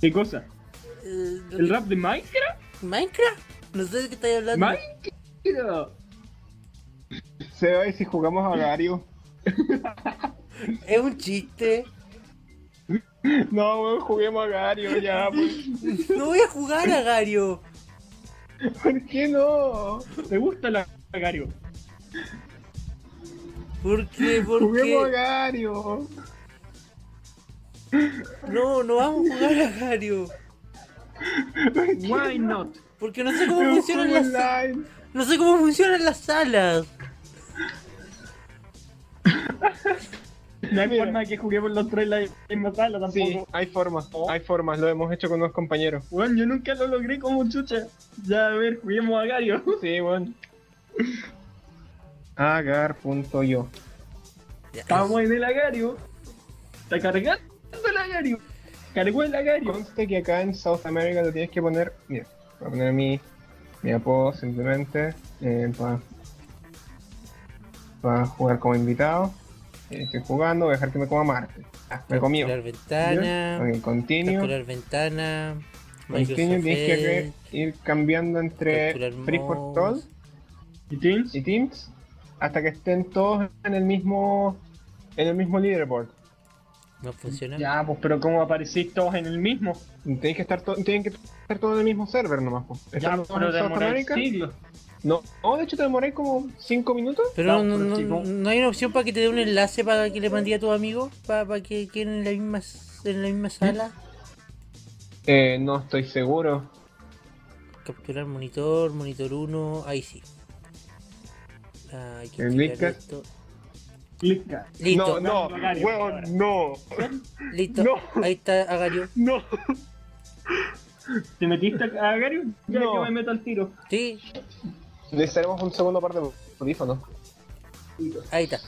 ¿Qué cosa? Eh, lo ¿El que- rap de Minecraft? ¿Minecraft? No sé de qué estáis hablando. Minecraft. Se va y si jugamos a Gario. Es un chiste. No, weón, juguemos a Gario ya. pues. No voy a jugar a Gario. ¿Por qué no? Me gusta la Gario. ¿Por qué? ¿Por Juguemos a qué? Gario. No, no vamos a jugar a Gario. Why not? Porque no sé Es cómo un funcionan juego las sa- online. no sé cómo funcionan las salas. No hay Mira. forma de que juguemos los tres en la misma sala tampoco. Sí, hay formas, hay formas, lo hemos hecho con unos compañeros. Bueno, yo nunca lo logré como chucha. Ya, a ver, juguemos a Gario. Sí, weón. Agar.io Ya, Estamos en el Agario. Está cargando el Agario. Cargó el Agario. Conste que acá en South America lo tienes que poner. Mira, voy a poner mi, mi apodo simplemente para jugar como invitado. Eh, Estoy jugando, voy a dejar que me coma Marte. Ah, me comió. Calcular ventana. Ok, continue. Calcular ventana. Continue, Microsoft tienes que Edge, ir cambiando entre calcular Free for mouse. All ¿Y Teams? y Teams hasta que estén todos en el mismo en el mismo leaderboard. No funciona. Ya, pues, pero ¿cómo aparecís todos en el mismo? Tienen que estar to- tienen que estar todos en el mismo server nomás. po. Ya, Están todos pero en South demoráis America. siglos. No, no, de hecho te demoré como 5 minutos. Pero No, no, pero no- chico. no hay una opción para que te dé un enlace para que le mandé a tus amigos para, que queden en la misma s- en la ¿Mm? misma sala. Eh, no estoy seguro. Capturar monitor, monitor 1, ahí sí. Ah, hay que ¿El clicar Lickcast? esto. Clica. Listo, no, no, Agario, ahora. huevón, no, listo. no. Ahí está Agario. no. ¿Te metiste a Agario? Ya No. yo me meto al tiro. Sí, Necesitaremos un segundo par de audífonos. ahí está.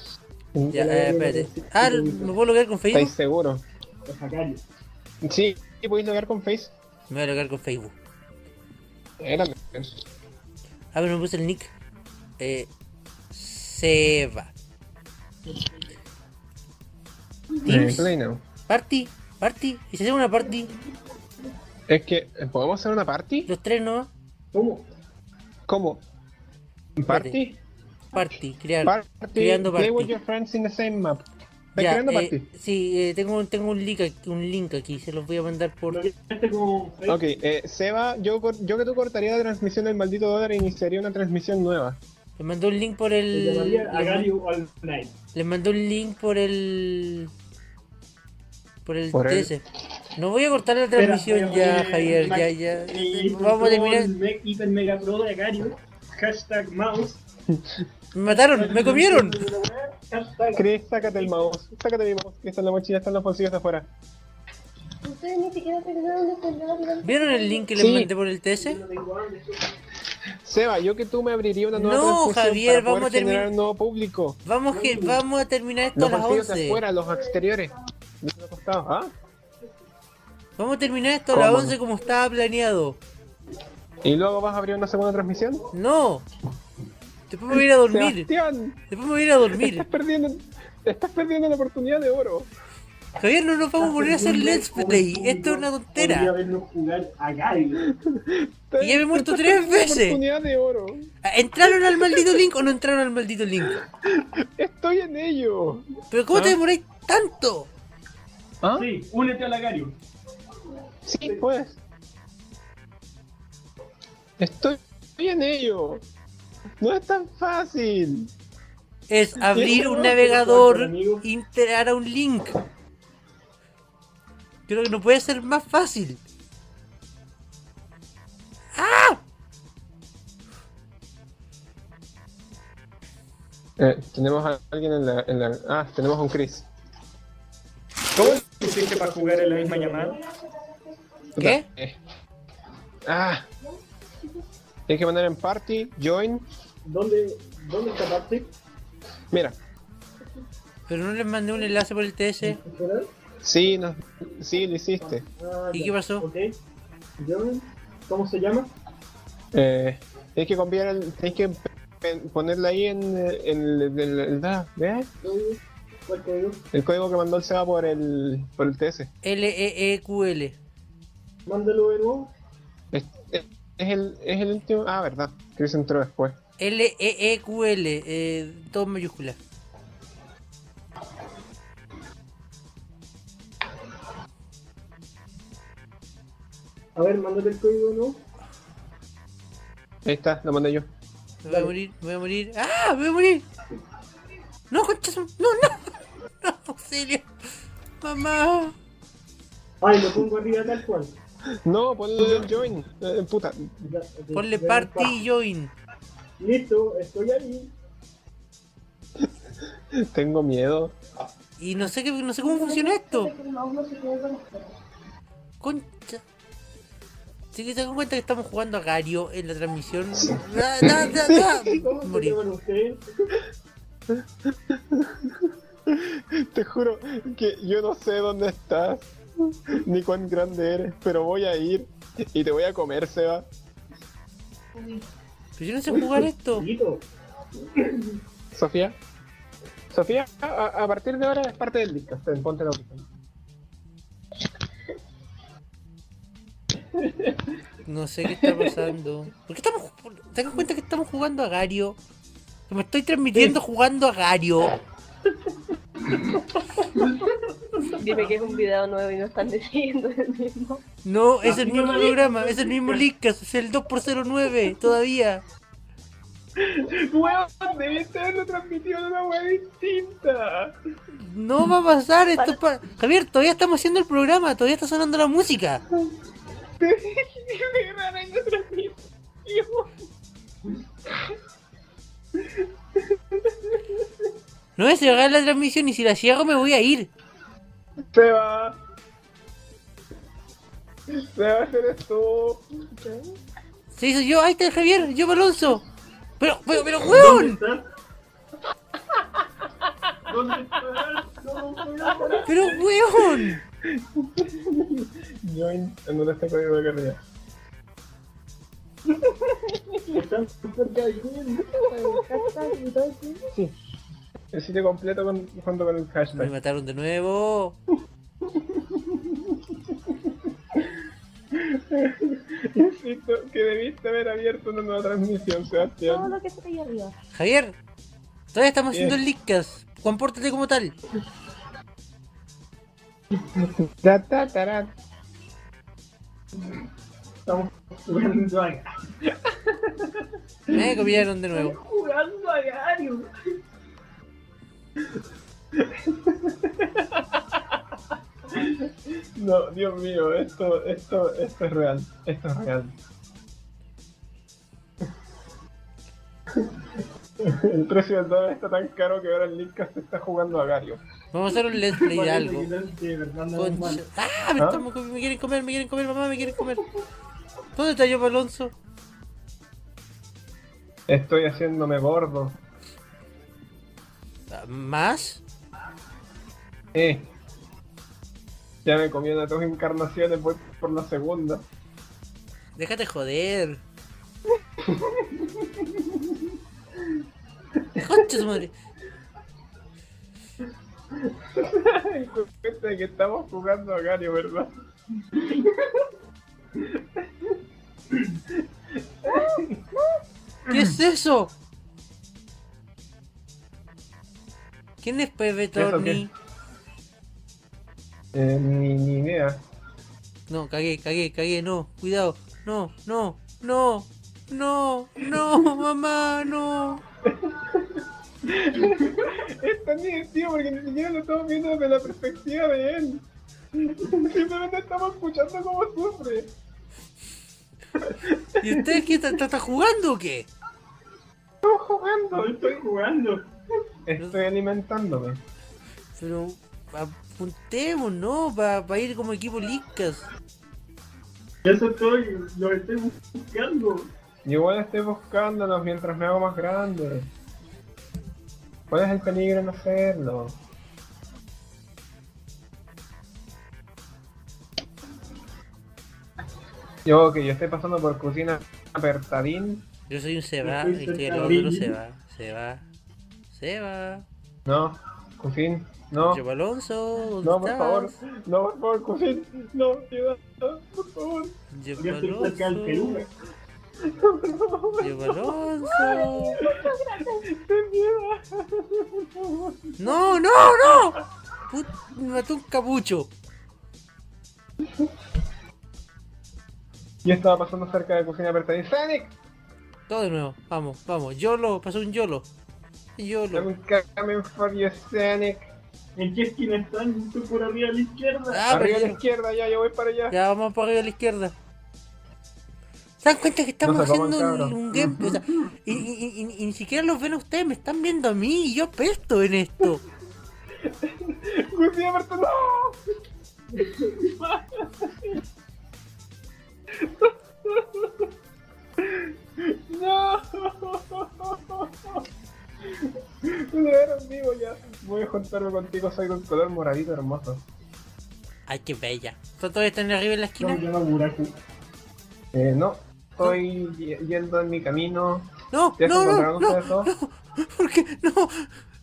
Ya, eh, espérate. Ah, ¿me puedo lograr con ¿Estáis Facebook? seguros? Los Agario. Sí, sí, podéis lograr con Face. Me voy a lograr con Facebook. Era A ver, me puse el nick. Eh, Seba. Eh, Teams. Play now. Party, party. ¿Y si hacemos una party? Es que, eh, ¿podemos hacer una party? Los tres, ¿no? ¿Cómo? ¿Cómo? ¿Party? Party, crear. Party. Creando Play party. with your friends in the same map. ¿Estás Ya, creando eh, party? sí, eh, tengo, tengo un, link aquí, un link aquí, se los voy a mandar por... Este como... Ok, eh, Seba, yo, cor- yo que tú cortaría la transmisión del maldito dólar e iniciaría una transmisión nueva. Les mandé un link por el... Se llamaría les man- Agario All Night. Les mandé un link por el... Por el Por el- 13. No voy a cortar la Espera, transmisión oye, ya, oye, Javier, Mac- ya, ya. Y Vamos a terminar... eh, Me, hiper mega pro de Agario. Hashtag mouse. Me mataron, me comieron. Hashtag Chris, sácate el mouse. Sácate mi mouse, que está en la mochila, están los bolsillos de afuera. Ustedes ni siquiera pensaron de celular. ¿Vieron el link que les Sí. mandé por el 13? Seba, yo que tú me abriría una nueva No, transmisión Javier, para poder vamos a terminar- generar un nuevo público. Vamos, que, vamos a terminar esto Los a las bolsillos de 11. afuera, los exteriores. Los de los costados, ¿ah? Vamos a terminar esto a las ¿Cómo? 11 como estaba planeado. Y luego vas a abrir una segunda transmisión. No. Después me voy a ir a dormir. Sebastián, Después me voy a ir a dormir. estás perdiendo, estás perdiendo la oportunidad de oro. Javier, no nos vamos a volver a hacer Let's Play. Esto es una Podría tontera. vernos jugar a Gaio. Y ya me he muerto tres veces. Oportunidad de oro. ¿Entraron al maldito link o no entraron al maldito link? Estoy en ello. ¿Pero cómo te demoráis tanto? ¿Ah? Sí, únete a la Gaio. Sí, pues. Estoy en ello. No es tan fácil. Es abrir un navegador, integrar a un link. Creo que no puede ser más fácil. Eh, tenemos a alguien en la, en la- Ah, tenemos a un Chris. ¿Cómo ¿Hiciste para jugar en la misma llamada? ¿Qué? Eh. Ah. Tienes que mandar en party, join. ¿Dónde, dónde está parte? Mira, Pero no les mandé un enlace por el TS. sí, no, sí, lo hiciste. Ah, ¿Y ya. qué pasó? Ok. Yo- ¿Cómo se llama? Eh, tienes que copiar, el- tienes que pe- ponerla ahí en, eh, en el, el- el- ah, ¿ve? ¿Cuál código? el código que mandó el Seba por el, por el TS. E L-E-E-Q-L. Mándalo de nuevo. Es, es el, es el último. Ah, verdad. Chris entró después. E L-E-E-Q-L. Eh, todo en mayúscula. A ver, mándate el código de nuevo. Ahí está, lo mandé yo. Me voy a morir, me voy a morir. ¡Ah! ¡Me voy a morir! ¡No, conchas! ¡No, no! ¡No, auxilio! ¡Mamá! Ay, lo pongo arriba tal cual. No, ponle el join. Eh, puta. Ya, ok, Ponle ya, party pa. y join. Listo, estoy ahí. Tengo miedo. Y no sé, qué, no sé cómo funciona esto. Concha. Si que se dan cuenta que estamos jugando a Gario en la transmisión. Da, da, da, da. ¿Cómo se Morí. llaman ustedes? Te juro que yo no sé dónde estás, ni cuán grande eres, pero voy a ir y te voy a comer, Seba. Pero yo no sé jugar esto. Chiquito. Sofía. Sofía, a, a partir de ahora es parte del disco. Ten, Ponte la audífono. No sé qué está pasando. ¿Por qué estamos ju- ¿Te das cuenta que estamos jugando a Gario? Que me estoy transmitiendo jugando a Gario. Dime que es un video nuevo y no están diciendo el mismo. No, es el Así mismo no me programa, es el mismo Lickcast, es el 2x09 todavía. ¡Weón! Debiste haberlo transmitido de una web distinta. No va a pasar esto. es pa- Javier, todavía estamos haciendo el programa, todavía está sonando la música. No voy a cerrar la transmisión y si la cierro me voy a ir. Seba. Seba, eres tú. Se hizo yo, ahí está el Javier, yo Alonso. Pero, pero, pero, weón. ¿Dónde estás? No, no, no. Pero, weón. Join. ¿En dónde está el código de carrera? Están súper calientes. El sitio completo con, junto con el Me hashtag. mataron de nuevo. Insisto que debiste haber abierto una nueva transmisión, Todo Sebastián. lo que está ahí arriba. Javier, todavía estamos Bien. haciendo el Lickcast. Compórtate como tal. Ta, ta, tarán. Estamos jugando a Gario. Me copiaron de nuevo. Jugando a Gario. No, Dios mío, esto, esto, esto es real. Esto es real. El precio del dólar está tan caro que ahora el Linkcast está jugando a Gario. Vamos a hacer un let's play de algo. De verdad, no es Concha. malo. ¡Ah! Me, ¿Ah? están- me quieren comer, me quieren comer, mamá, me quieren comer. ¿Dónde está yo Alonso? Estoy haciéndome gordo. ¿Más? Eh. Ya me comí una dos encarnaciones, voy por la segunda. Déjate joder. Concha su madre. cuenta que estamos jugando a Gario, ¿verdad? ¿Qué es eso? ¿Quién es Pepe qué? Torni? Eh, ni, ni idea. No, cagué, cagué, cagué, no, cuidado, no, no, no, no, no, mamá, no. Es tan divertido porque ni siquiera lo estamos viendo desde la perspectiva de él. Simplemente estamos escuchando cómo sufre. ¿Y usted qué está, está- está jugando o qué? Estamos jugando. Hoy estoy jugando. Estoy alimentándome. Pero apuntemos, ¿no? Para ir como equipo Lickas. Eso estoy, lo estoy buscando. Y igual estoy buscándolos mientras me hago más grande. ¿Cuál es el peligro en hacerlo? Yo, ok, yo estoy pasando por cocina apertadín. Yo soy un Seba, Yo soy estoy al Seba. otro Seba, Seba, Seba. No, cocina, no. Yo Alonso, ¿dónde No, por estás? favor, no, por favor, cocina, no, ayuda, no, por favor. Yo Yo estoy cerca del Perú. Alonso, Yo Alonso. ¡Qué miedo! No, no, no. Put... Me mató un capucho. Yo estaba pasando cerca de cocina apertadín. ¡Sonic! Todo de nuevo, vamos, vamos. Yolo, pasó un Yolo. Yolo. I'm coming for you, Sonic. ¿En qué esquina están? Estoy por arriba a la izquierda. Ah, Arriba a pero la ya- izquierda, ya, yo voy para allá. Ya vamos para arriba a la izquierda. ¿Se dan cuenta que estamos Nos sacamos haciendo el un, cabro. un gameplay? O sea, y, y- y- y ni siquiera los ven a ustedes, me están viendo a mí y yo pesto en esto. Cocina apertadín, no. ¡No! Me dejaron vivo ya. Voy a juntarme contigo, soy de un color moradito hermoso. Ay, qué bella. ¿Tú todavía están arriba en la No, esquina? yo no buraco. Eh, no, estoy y- yendo en mi camino. No, ¿Ya se no, no, encontraron no, ustedes no, dos? porque no,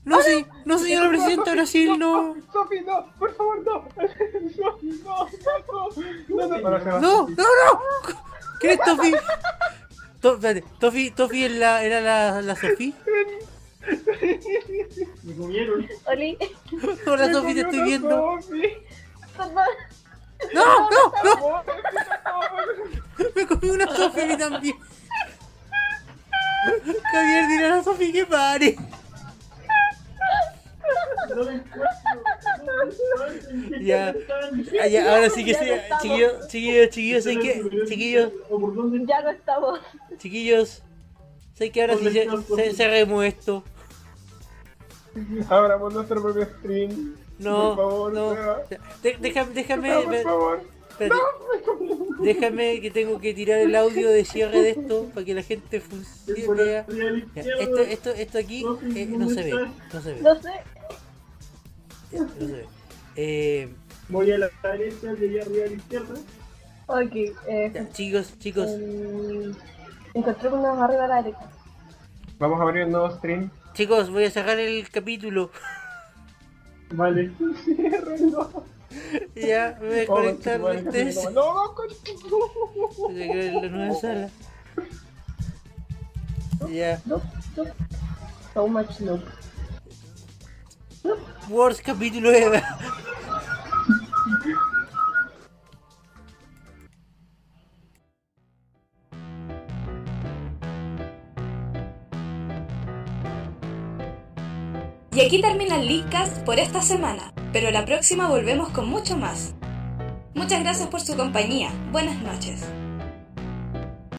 no, sí, no, señora presidenta de Brasil, no, Sofi, no, por favor, no. No, no, no, no. No, no, no. no, no, no. ¿Quién es Tofi? To- espérate, Tofi, Tofi es la- era la, la Sofi. Me comieron. Oli, Hola Tofi, te estoy viendo. perdón. No, no, no, me comí una Sofi a mí también. Javier, dirá a la Sofi que pare. No me encuentro. No me encuentro. ¿En qué Ya. esquina están? Ah, ya, ahora sí que Ya sí, no estamos. chiquillos, chiquillos, chiquillos, sé que, chiquillos, ¿O por dónde Ya no estamos. chiquillos, sé que ahora sí se, se, cerremos esto. Abramos nuestro propio stream. No, Por favor, no. Seba. De- déjame, déjame, No, por ver- favor. espérate. déjame que tengo que tirar el audio de cierre de esto para que la gente Estoy por funcione. arriba a la Ya, este, izquierda. Esto, esto, esto aquí eh, no se ve, no se ve, No sé. no se ve. Eh, Voy a la derecha, llegué arriba a la izquierda. Ok, eh. ya, chicos, chicos, eh, Encontrémonos arriba a la derecha. Vamos a abrir un nuevo stream. chicos, voy a cerrar el capítulo. Vale. Ya, me voy a Oh, conectar vale, con ustedes. No, no, coño. Voy a crear la nueva sala. Ya, So much no. Worst capítulo ever. Y aquí termina el Leadcast por esta semana, pero la próxima volvemos con mucho más. Muchas gracias por su compañía. Buenas noches.